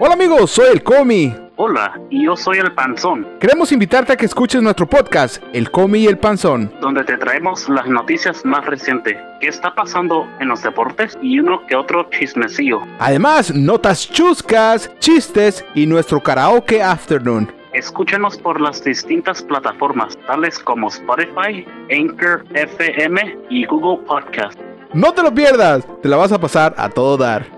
Hola amigos, soy el Comi. Hola, y yo soy el Panzón, Queremos invitarte a que escuches nuestro podcast, El Comi y el Panzón. donde te traemos las noticias más recientes, qué está pasando en los deportes y uno que otro chismecillo. Además, notas chuscas, chistes y nuestro karaoke afternoon. Escúchanos por las distintas plataformas, tales como Spotify, Anchor FM y Google Podcast. No te lo pierdas, te la vas a pasar a todo dar.